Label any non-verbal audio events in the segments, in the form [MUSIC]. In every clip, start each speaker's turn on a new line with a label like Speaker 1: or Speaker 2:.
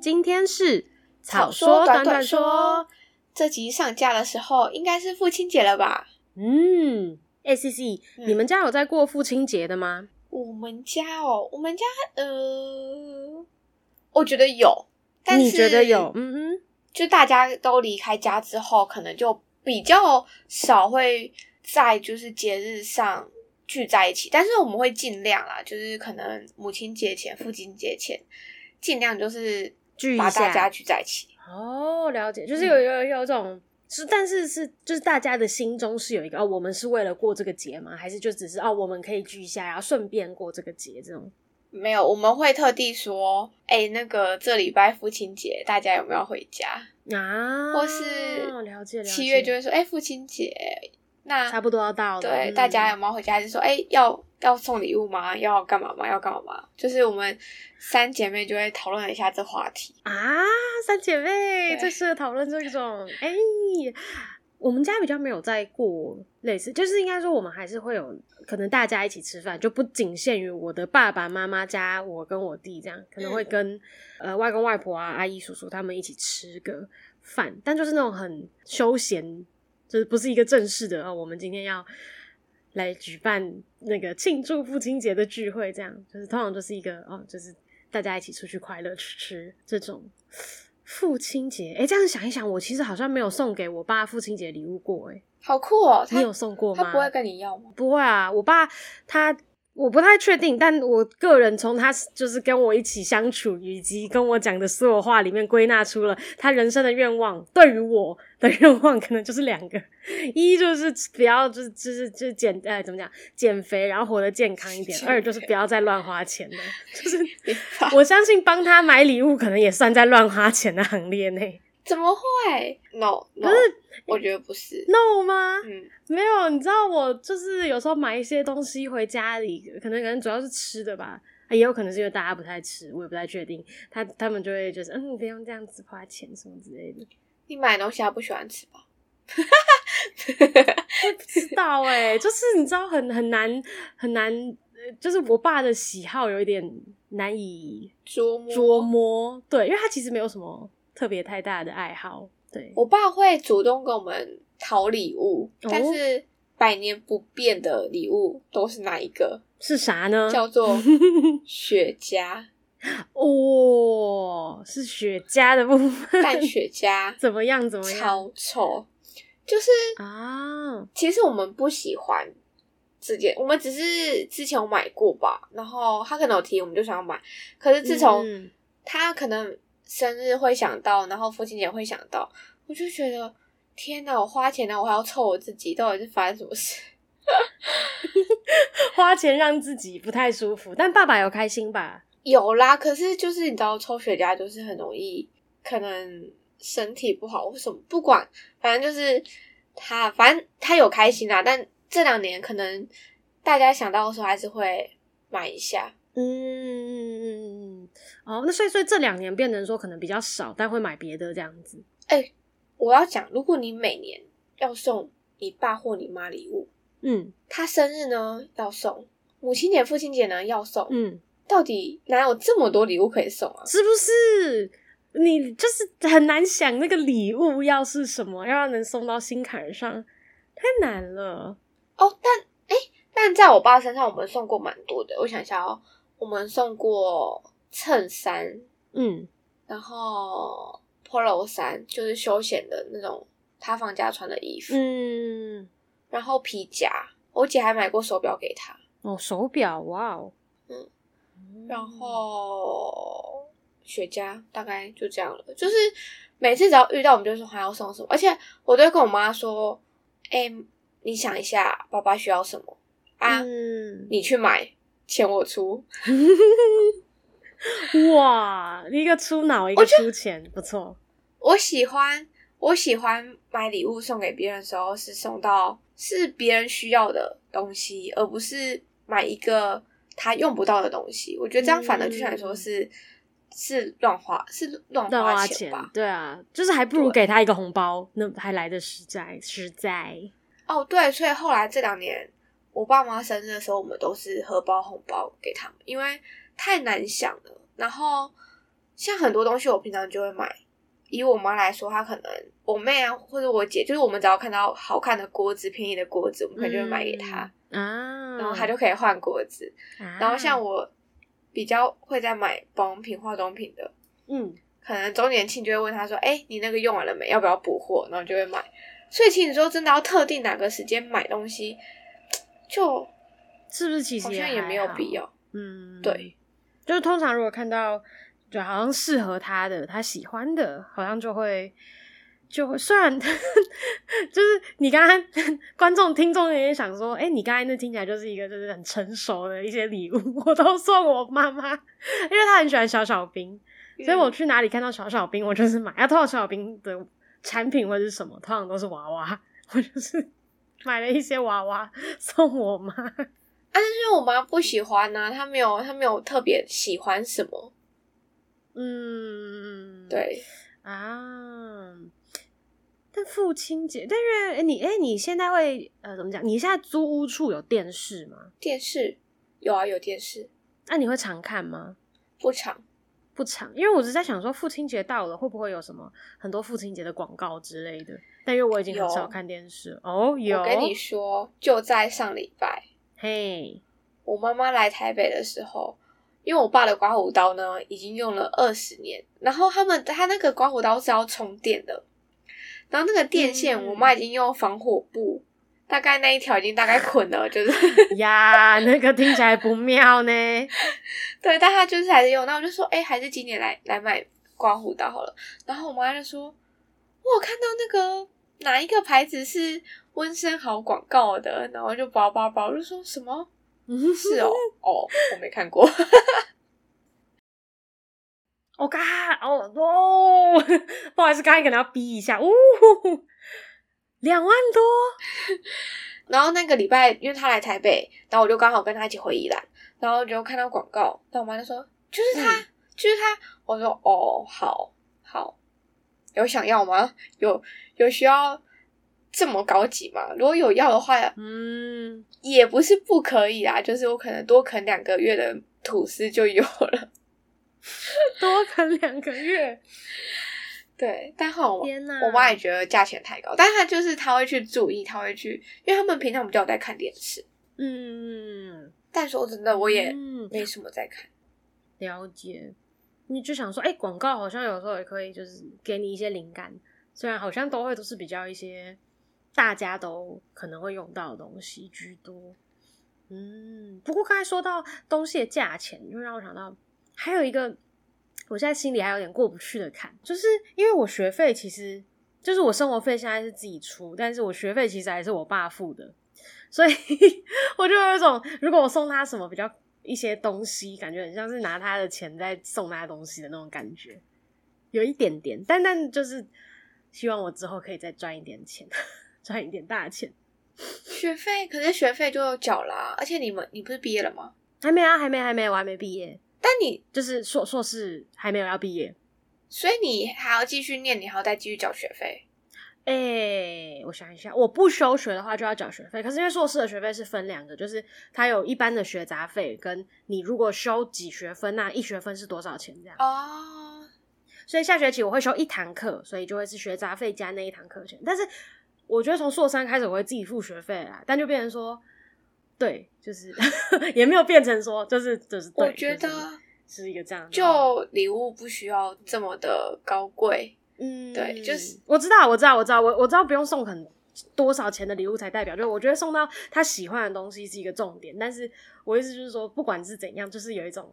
Speaker 1: 今天是
Speaker 2: 草说短短说，这集上架的时候应该是父亲节了吧？
Speaker 1: 嗯，哎，C C，
Speaker 2: 嗯
Speaker 1: 你们家有在过父亲节的吗？
Speaker 2: 我们家哦，我们家呃，我觉得有，但是
Speaker 1: 你觉得有？？嗯
Speaker 2: 就大家都离开家之后，可能就比较少会在就是节日上聚在一起，但是我们会尽量啦，就是可能母亲节前、父亲节前，尽量就是
Speaker 1: 聚一
Speaker 2: 把大
Speaker 1: 下
Speaker 2: 家聚在一起。
Speaker 1: 哼，哦，了解，就是
Speaker 2: 嗯
Speaker 1: 有有有一种是，但是是就是大家的心中是有一个哦，我们是为了过这个节吗？还是就只是哦，我们可以聚一下，然后顺便过这个节这种？
Speaker 2: 没有，我们会特地说，哎、那个这礼拜父亲节，大家有没有回家？
Speaker 1: 啊，
Speaker 2: 或是
Speaker 1: 了解了解，
Speaker 2: 七月就会说，哎、父亲节，那
Speaker 1: 差不多要到了，
Speaker 2: 对，
Speaker 1: 嗯
Speaker 2: 大家有没有回家？就说，哎、要要送礼物吗？要干嘛吗？要干嘛吗？就是我们三姐妹就会讨论一下这话题。
Speaker 1: 啊，三姐妹
Speaker 2: 对
Speaker 1: 最适合讨论这种。哎、我们家比较没有在过类似，就是应该说我们还是会有可能大家一起吃饭，就不仅限于我的爸爸妈妈家，我跟我弟这样，可能会跟、呃外公外婆啊、阿姨叔叔他们一起吃个饭，但就是那种很休闲，就是不是一个正式的哦。我们今天要来举办那个庆祝父亲节的聚会，这样就是通常就是一个哦，就是大家一起出去快乐吃吃这种。父亲节，哎、这样想一想，我其实好像没有送给我爸父亲节礼物过、诶
Speaker 2: 好酷哦！
Speaker 1: 你
Speaker 2: 他
Speaker 1: 有送过吗？
Speaker 2: 他不会跟你要吗？
Speaker 1: 不会啊，我爸他我不太确定，但我个人从他就是跟我一起相处，以及跟我讲的所有话里面归纳出了他人生的愿望。对于我的愿望，可能就是两个，一就是不要就是就是就是减呃怎么讲减肥，然后活得健康一点；
Speaker 2: 减肥啊
Speaker 1: 二就是不要再乱花钱了。 [LAUGHS] 就是
Speaker 2: 没法
Speaker 1: 我相信帮他买礼物，可能也算在乱花钱的行列内。
Speaker 2: 怎么会？No，, no
Speaker 1: 可是
Speaker 2: 我觉得不是。
Speaker 1: no 吗？
Speaker 2: 嗯，
Speaker 1: 没有，你知道我就是有时候买一些东西回家里，可能可能主要是吃的吧，啊也有可能是因为大家不太吃，我也不太确定。他他们就会觉得，嗯，不用这样子花钱什么之类的，
Speaker 2: 你买的东西他不喜欢吃
Speaker 1: [LAUGHS]
Speaker 2: 吧？
Speaker 1: 我
Speaker 2: [LAUGHS]
Speaker 1: 也不知道哎、就是你知道很很难很难，呃就是我爸的喜好有一点难以
Speaker 2: 捉摸
Speaker 1: 捉摸，对，因为他其实没有什么特别太大的爱好，对，
Speaker 2: 我爸会主动跟我们讨礼物，
Speaker 1: 哦
Speaker 2: 但是百年不变的礼物都是哪一个？
Speaker 1: 是啥呢？[LAUGHS]
Speaker 2: 叫做雪茄，
Speaker 1: 哦，是雪茄的部分，
Speaker 2: 但雪茄
Speaker 1: [LAUGHS] 怎么样怎么样
Speaker 2: 超丑，就是
Speaker 1: 啊？
Speaker 2: 其实我们不喜欢这件，我们只是之前有买过吧，然后他可能有提，我们就想要买。可是自从
Speaker 1: 嗯
Speaker 2: 他可能生日会想到，然后父亲节会想到，我就觉得天哪，我花钱了，啊我还要凑我自己，到底是发生什么事？
Speaker 1: 花钱让自己不太舒服，但爸爸有开心吧？
Speaker 2: 有啦，可是就是你知道，抽雪茄就是很容易，可能身体不好或什么，不管，反正就是他，反正他有开心啦。但这两年可能大家想到的时候还是会买一下，
Speaker 1: 嗯，哦，那所以所以这两年变成说可能比较少，但会买别的这样子。
Speaker 2: 我要讲，如果你每年要送你爸或你妈礼物，
Speaker 1: 嗯
Speaker 2: 他生日呢要送，母亲节、父亲节呢要送，
Speaker 1: 嗯，
Speaker 2: 到底哪有这么多礼物可以送啊？
Speaker 1: 是不是？你就是很难想那个礼物要是什么，要能送到心坎上，太难了。
Speaker 2: 哦，但哎、但在我爸身上，我们送过蛮多的。我想一下哦，我们送过衬衫，
Speaker 1: 嗯
Speaker 2: 然后 polo 衫，就是休闲的那种他放假穿的衣服，
Speaker 1: 嗯，
Speaker 2: 然后皮夹。我姐还买过手表给他，
Speaker 1: 哦，手表，哇哦，
Speaker 2: 嗯，然后雪茄，大概就这样了。就是每次只要遇到，我们就说还要送什么，而且我都会跟我妈说：“哎、你想一下，爸爸需要什么啊？
Speaker 1: 嗯，
Speaker 2: 你去买，钱我出。”
Speaker 1: 哇，一个出脑，一个出钱，不错。
Speaker 2: 我喜欢我喜欢买礼物送给别人的时候，是送到是别人需要的东西，而不是买一个他用不到的东西。我觉得这样反而就像你说是、是乱花是乱
Speaker 1: 嗯乱花
Speaker 2: 花
Speaker 1: 钱
Speaker 2: 吧？，
Speaker 1: 对啊，就是还不如
Speaker 2: 对
Speaker 1: 给他一个红包，那还来的实在实在。
Speaker 2: 哦，对，所以后来这两年我爸妈生日的时候，我们都是荷包红包给他们，因为太难想了。然后像很多东西我平常就会买。以我妈来说，她可能我妹啊或者我姐，就是我们只要看到好看的锅子、便宜的锅子，我们可能就会买给她，
Speaker 1: 啊，
Speaker 2: 然后她就可以换锅子。
Speaker 1: 啊，
Speaker 2: 然后像我比较会在买保养品、化妆品的，
Speaker 1: 嗯，
Speaker 2: 可能周年庆就会问她说：“哎、你那个用完了没？要不要补货？”然后就会买。所以其实你说真的要特定哪个时间买东西，就是
Speaker 1: 不是其
Speaker 2: 好
Speaker 1: 实
Speaker 2: 像也没有必
Speaker 1: 要，
Speaker 2: 要。
Speaker 1: 嗯，
Speaker 2: 对，
Speaker 1: 就是通常如果看到就好像适合他的、他喜欢的，好像就会就会。虽然 [LAUGHS] 就是你刚刚 [LAUGHS] 观众听众也想说，哎、你刚才那听起来就是一个就是很成熟的一些礼物，我都送我妈妈，因为她很喜欢小小兵，嗯所
Speaker 2: 嗯
Speaker 1: 以我去哪里看到小小兵，我就是买。啊，通常小小兵的产品会是什么？通常都是娃娃，我就是 [LAUGHS] 买了一些娃娃送我妈。
Speaker 2: 因啊为我妈不喜欢呐、她没有她没有特别喜欢什么，
Speaker 1: 嗯，。
Speaker 2: 对，
Speaker 1: 啊，但父亲节，但是哎、你哎、你现在会呃怎么讲？你现在租屋处有电视吗？
Speaker 2: 电视有啊有电视，
Speaker 1: 那、你会常看吗？
Speaker 2: 不长，
Speaker 1: 不常，因为我是在想说，父亲节到了会不会有什么很多父亲节的广告之类的？但因为我已经很
Speaker 2: 有
Speaker 1: 少看电视了哦，有，
Speaker 2: 我跟你说，就在上礼拜，
Speaker 1: 嘿，
Speaker 2: 我妈妈来台北的时候，因为我爸的刮胡刀呢已经用了二十年，然后他们他那个刮胡刀是要充电的，然后那个电线
Speaker 1: 嗯
Speaker 2: 我妈已经用防火布，大概那一条已经大概捆了，就是 [LAUGHS]
Speaker 1: [LAUGHS] 呀，那个听起来不妙呢。 [LAUGHS]
Speaker 2: 对，但他就是还是用。那我就说，哎、还是今年来来买刮胡刀好了。然后我妈就说，我有看到那个哪一个牌子是温森豪广告的，然后就叭叭叭，我就说什么是哦哦，我没看过。
Speaker 1: 哦嘎哦哦， [LAUGHS] 不好意思，刚才可能要逼一下，呜、哦，两万多，
Speaker 2: 然后那个礼拜，因为他来台北，然后我就刚好跟他一起回宜兰，然后就看到广告，那我妈就说就是他，
Speaker 1: 嗯
Speaker 2: 就是他。我说哦，好好，有想要吗？有有需要这么高级吗？如果有要的话，
Speaker 1: 嗯，
Speaker 2: 也不是不可以啊，就是我可能多啃两个月的吐司就有了。
Speaker 1: 多啃两个月，
Speaker 2: 对，但好，我
Speaker 1: 天哪！
Speaker 2: 妈也觉得价钱太高，但她就是她会去注意，她会去，因为他们平常比较有在看电视。
Speaker 1: 嗯，
Speaker 2: 但说真的，我也
Speaker 1: 嗯
Speaker 2: 没什么在看。
Speaker 1: 了解。你就想说，哎、广告好像有时候也可以，就是给你一些灵感，虽然好像都会都是比较一些大家都可能会用到的东西居多。嗯，不过刚才说到东西的价钱，就让我想到还有一个，我现在心里还有点过不去的坎，就是因为我学费其实就是我生活费现在是自己出，但是我学费其实还是我爸付的，所以 [LAUGHS] 我就有一种，如果我送他什么比较一些东西，感觉很像是拿他的钱在送他东西的那种感觉，有一点点，但但就是希望我之后可以再赚一点钱，赚一点大钱。
Speaker 2: 学费可是学费就有缴啦，而且你们你不是毕业了吗？
Speaker 1: 还没啊，还没，还没，我还没毕业，
Speaker 2: 但你
Speaker 1: 就是硕硕士还没有要毕业。
Speaker 2: 所以你还要继续念，你还要再继续缴学费。
Speaker 1: 哎、我想一下，我不休学的话就要缴学费，可是因为硕士的学费是分两个，就是它有一般的学杂费，跟你如果修几学分，那一学分是多少钱这样。
Speaker 2: 哦，
Speaker 1: 所以下学期我会修一堂课，所以就会是学杂费加那一堂课钱。但是我觉得从硕三开始我会自己付学费啦，但就变成说，对，就是 [LAUGHS] 也没有变成说，就是就是对
Speaker 2: 我觉
Speaker 1: 就是
Speaker 2: 得
Speaker 1: 是一个这样的哦
Speaker 2: 就礼物不需要这么的高贵。
Speaker 1: 嗯，
Speaker 2: 对就是
Speaker 1: 我知道，我知道，我知道，我我知道不用送很多少钱的礼物才代表，就是我觉得送到他喜欢的东西是一个重点，但是我意思就是说，不管是怎样，就是有一种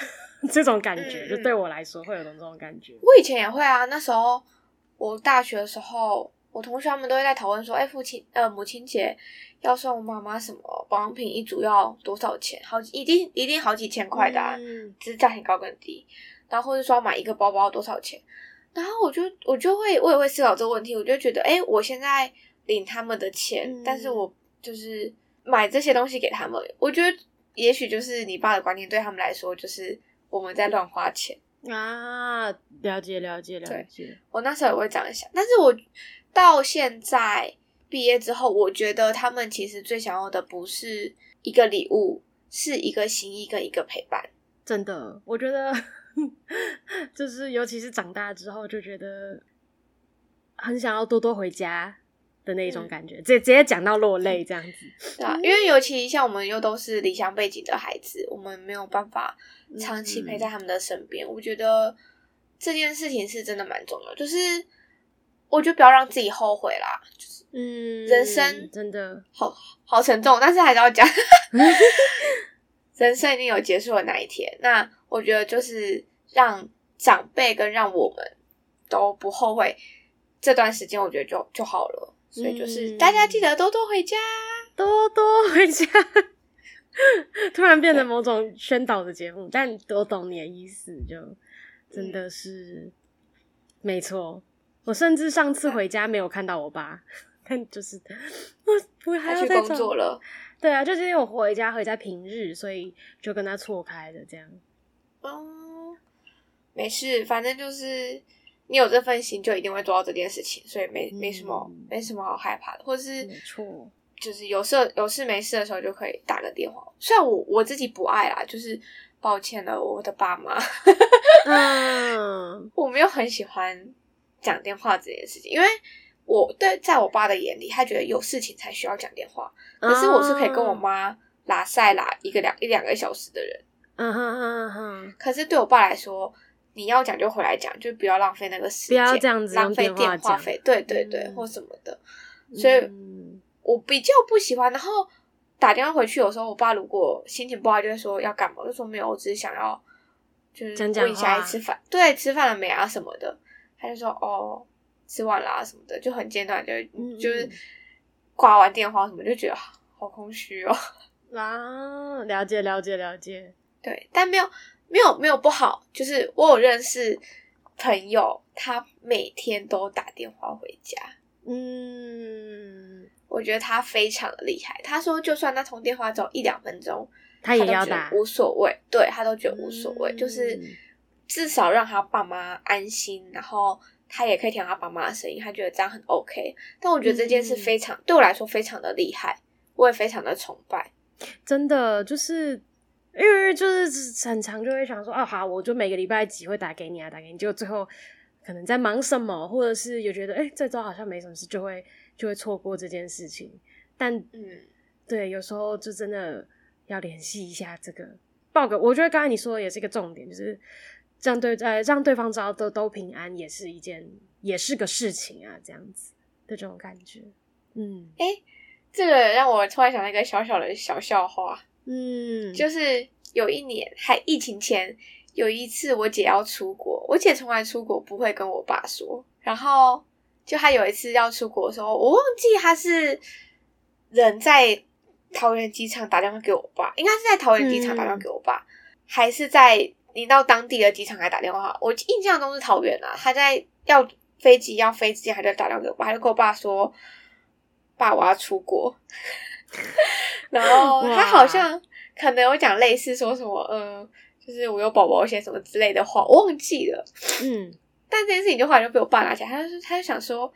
Speaker 1: [LAUGHS] 这种感觉，
Speaker 2: 嗯嗯
Speaker 1: 就对我来说会有种这种感觉。
Speaker 2: 我以前也会啊，那时候我大学的时候，我同学他们都会在讨论说，哎、父亲呃母亲节要送妈妈什么保养品一组要多少钱？好几一定一定好几千块的、啊，
Speaker 1: 嗯
Speaker 2: 只是价钱高跟低，然后或者说要买一个包包多少钱，然后我就我就会我也会思考这个问题，我就觉得，哎、我现在领他们的钱，
Speaker 1: 嗯
Speaker 2: 但是我就是买这些东西给他们，我觉得也许就是你爸的观念对他们来说，就是我们在乱花钱。
Speaker 1: 啊，了解了解了
Speaker 2: 对
Speaker 1: 解，
Speaker 2: 我那时候也会这样想，但是我到现在毕业之后，我觉得他们其实最想要的不是一个礼物，是一个心意跟一个陪伴。
Speaker 1: 真的，我觉得 [LAUGHS] 就是尤其是长大之后，就觉得很想要多多回家的那种
Speaker 2: 嗯
Speaker 1: 感觉，直接直接讲到落泪这样子。
Speaker 2: 对啊，
Speaker 1: 嗯
Speaker 2: 因为尤其像我们又都是离乡背景的孩子，我们没有办法
Speaker 1: 嗯
Speaker 2: 长期陪在他们的身边。我觉得这件事情是真的蛮重要，就是我觉得不要让自己后悔啦。
Speaker 1: 嗯，
Speaker 2: 人生
Speaker 1: 真的，
Speaker 2: 好好沉重，但是还是要
Speaker 1: [LAUGHS]
Speaker 2: 讲，人生一定有结束的那一天。那我觉得就是让长辈跟让我们都不后悔这段时间，我觉得就就好了。所以就是、
Speaker 1: 嗯
Speaker 2: 大家记得多多回家。
Speaker 1: 多多回家。 [LAUGHS] 突然变成某种宣导的节目，但我懂你的意思，就真的是、没错。我甚至上次回家没有看到我爸， [LAUGHS] 但就是我我还
Speaker 2: 他
Speaker 1: 要
Speaker 2: 去
Speaker 1: 再
Speaker 2: 工作
Speaker 1: 找。
Speaker 2: 了，
Speaker 1: 对啊，就是因为我回家回家平日，所以就跟他错开了这样。
Speaker 2: 嗯，没事，反正就是你有这份心，就一定会做到这件事情，所以没没什么、
Speaker 1: 嗯
Speaker 2: 没什么好害怕的，或是
Speaker 1: 没错，
Speaker 2: 就是有事有事没事的时候就可以打个电话。虽然我我自己不爱啦，就是抱歉了，我的爸妈， [LAUGHS]
Speaker 1: 嗯，
Speaker 2: 我没有很喜欢讲电话这件事情，因为我对在我爸的眼里，他觉得有事情才需要讲电话，可是我是可以
Speaker 1: 啊
Speaker 2: 跟我妈拉塞拉一个两一两个小时的人。
Speaker 1: 嗯哼嗯哼，
Speaker 2: 可是对我爸来说，你要讲就回来讲，就不要浪费那个时间，
Speaker 1: 不要这样子
Speaker 2: 浪费
Speaker 1: 用电话
Speaker 2: 电话
Speaker 1: 讲
Speaker 2: 费，对对对，
Speaker 1: 嗯
Speaker 2: 或什么的。所以
Speaker 1: 嗯
Speaker 2: 我比较不喜欢。然后打电话回去，有时候我爸如果心情不好，就会说要干嘛，我就说没有，我只是想要就是
Speaker 1: 讲讲
Speaker 2: 问一下
Speaker 1: 话
Speaker 2: 哎吃饭，对，吃饭了没啊什么的。他就说哦，吃完啦、什么的，就很简短，就
Speaker 1: 嗯
Speaker 2: 就是
Speaker 1: 嗯
Speaker 2: 挂完电话什么，就觉得啊好空虚哦。
Speaker 1: 啊，了解了解了解，
Speaker 2: 对，但没有没有没有不好，就是我有认识朋友，他每天都打电话回家，
Speaker 1: 嗯，
Speaker 2: 我觉得他非常的厉害。他说，就算那通电话只有一两分钟，
Speaker 1: 他也
Speaker 2: 都
Speaker 1: 要
Speaker 2: 觉得
Speaker 1: 打，
Speaker 2: 无所谓，对他都觉得无所谓，
Speaker 1: 嗯
Speaker 2: 就是至少让他爸妈安心，然后。他也可以听到他爸妈的声音，他觉得这样很 OK。但我觉得这件事
Speaker 1: 嗯
Speaker 2: 非常、对我来说非常的厉害，我也非常的崇拜。
Speaker 1: 真的就是。因为就是很常就会想说，哦、好，我就每个礼拜几会打给你啊，打给你，结果最后可能在忙什么，或者是有觉得，哎、这周好像没什么事，就会就会错过这件事情。但
Speaker 2: 嗯，
Speaker 1: 对，有时候就真的要联系一下这个报个。我觉得刚才你说的也是一个重点，就是让对呃让对方知道都都平安，也是一件也是个事情啊，这样子的这种感觉。嗯
Speaker 2: 这个让我突然想到一个小小的小笑话。
Speaker 1: 嗯，
Speaker 2: 就是有一年还疫情前，有一次我姐要出国，我姐从来出国不会跟我爸说，然后就她有一次要出国的时候，我忘记她是人在桃园机场打电话给我爸，应该是在桃园机场打电话给我爸，还是在你到当地的机场来打电话？我印象中是桃园啊，她在要飞机要飞之前，她就打电话给我爸，她就跟我爸说：“爸，我要出国。” [LAUGHS] 然后
Speaker 1: 哇
Speaker 2: 她好像可能有讲类似说什么，嗯，就是我有宝宝险什么之类的话，我忘记了。
Speaker 1: 嗯
Speaker 2: 但这件事情就后来就被我爸拿起来，他就他就想说，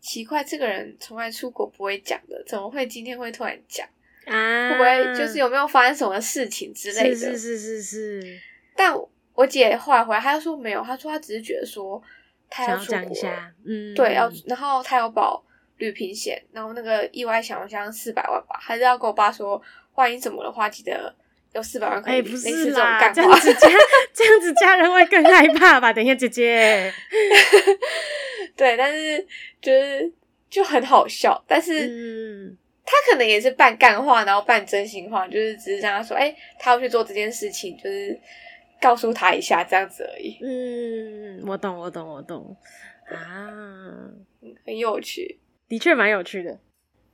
Speaker 2: 奇怪，这个人从来出国不会讲的，怎么会今天会突然讲？
Speaker 1: 啊，
Speaker 2: 会不会就是有没有发生什么事情之类的？
Speaker 1: 是是是是是，
Speaker 2: 但我姐后来回来，她就说没有，她说她只是觉得说她
Speaker 1: 想
Speaker 2: 出
Speaker 1: 要
Speaker 2: 国
Speaker 1: 讲一
Speaker 2: 了，
Speaker 1: 下，嗯，
Speaker 2: 对，要然后她有保旅平险，然后那个意外险好像四百万吧，还是要跟我爸说，万一怎么的话，记得有四百万可
Speaker 1: 哎、
Speaker 2: 以领、
Speaker 1: 不
Speaker 2: 类
Speaker 1: 是
Speaker 2: 似这种
Speaker 1: 啦，
Speaker 2: 干
Speaker 1: 这样
Speaker 2: 话。
Speaker 1: 子家这样子家人会更害怕吧？等一下，姐姐，
Speaker 2: [LAUGHS] 对，但是就是就很好笑，但是。
Speaker 1: 嗯，
Speaker 2: 他可能也是半干话，然后半真心话，就是只是让他说，哎、他要去做这件事情，就是告诉他一下这样子而已，
Speaker 1: 嗯，我懂，我懂，我懂啊，
Speaker 2: 很有趣。
Speaker 1: 的确蛮有趣的。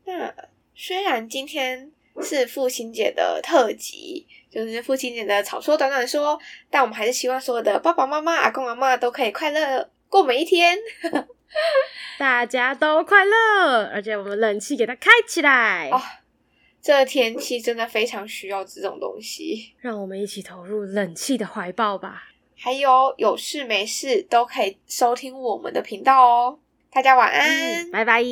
Speaker 2: 那虽然今天是父亲节的特辑，就是父亲节的草说短短说，但我们还是希望所有的爸爸妈妈、阿公阿妈都可以快乐过每一天。
Speaker 1: 大家都快乐，而且我们冷气给它开起来，
Speaker 2: 哦这个天气真的非常需要这种东西。
Speaker 1: 让我们一起投入冷气的怀抱吧。
Speaker 2: 还有有事没事都可以收听我们的频道哦。大家晚安。
Speaker 1: 嗯，拜拜。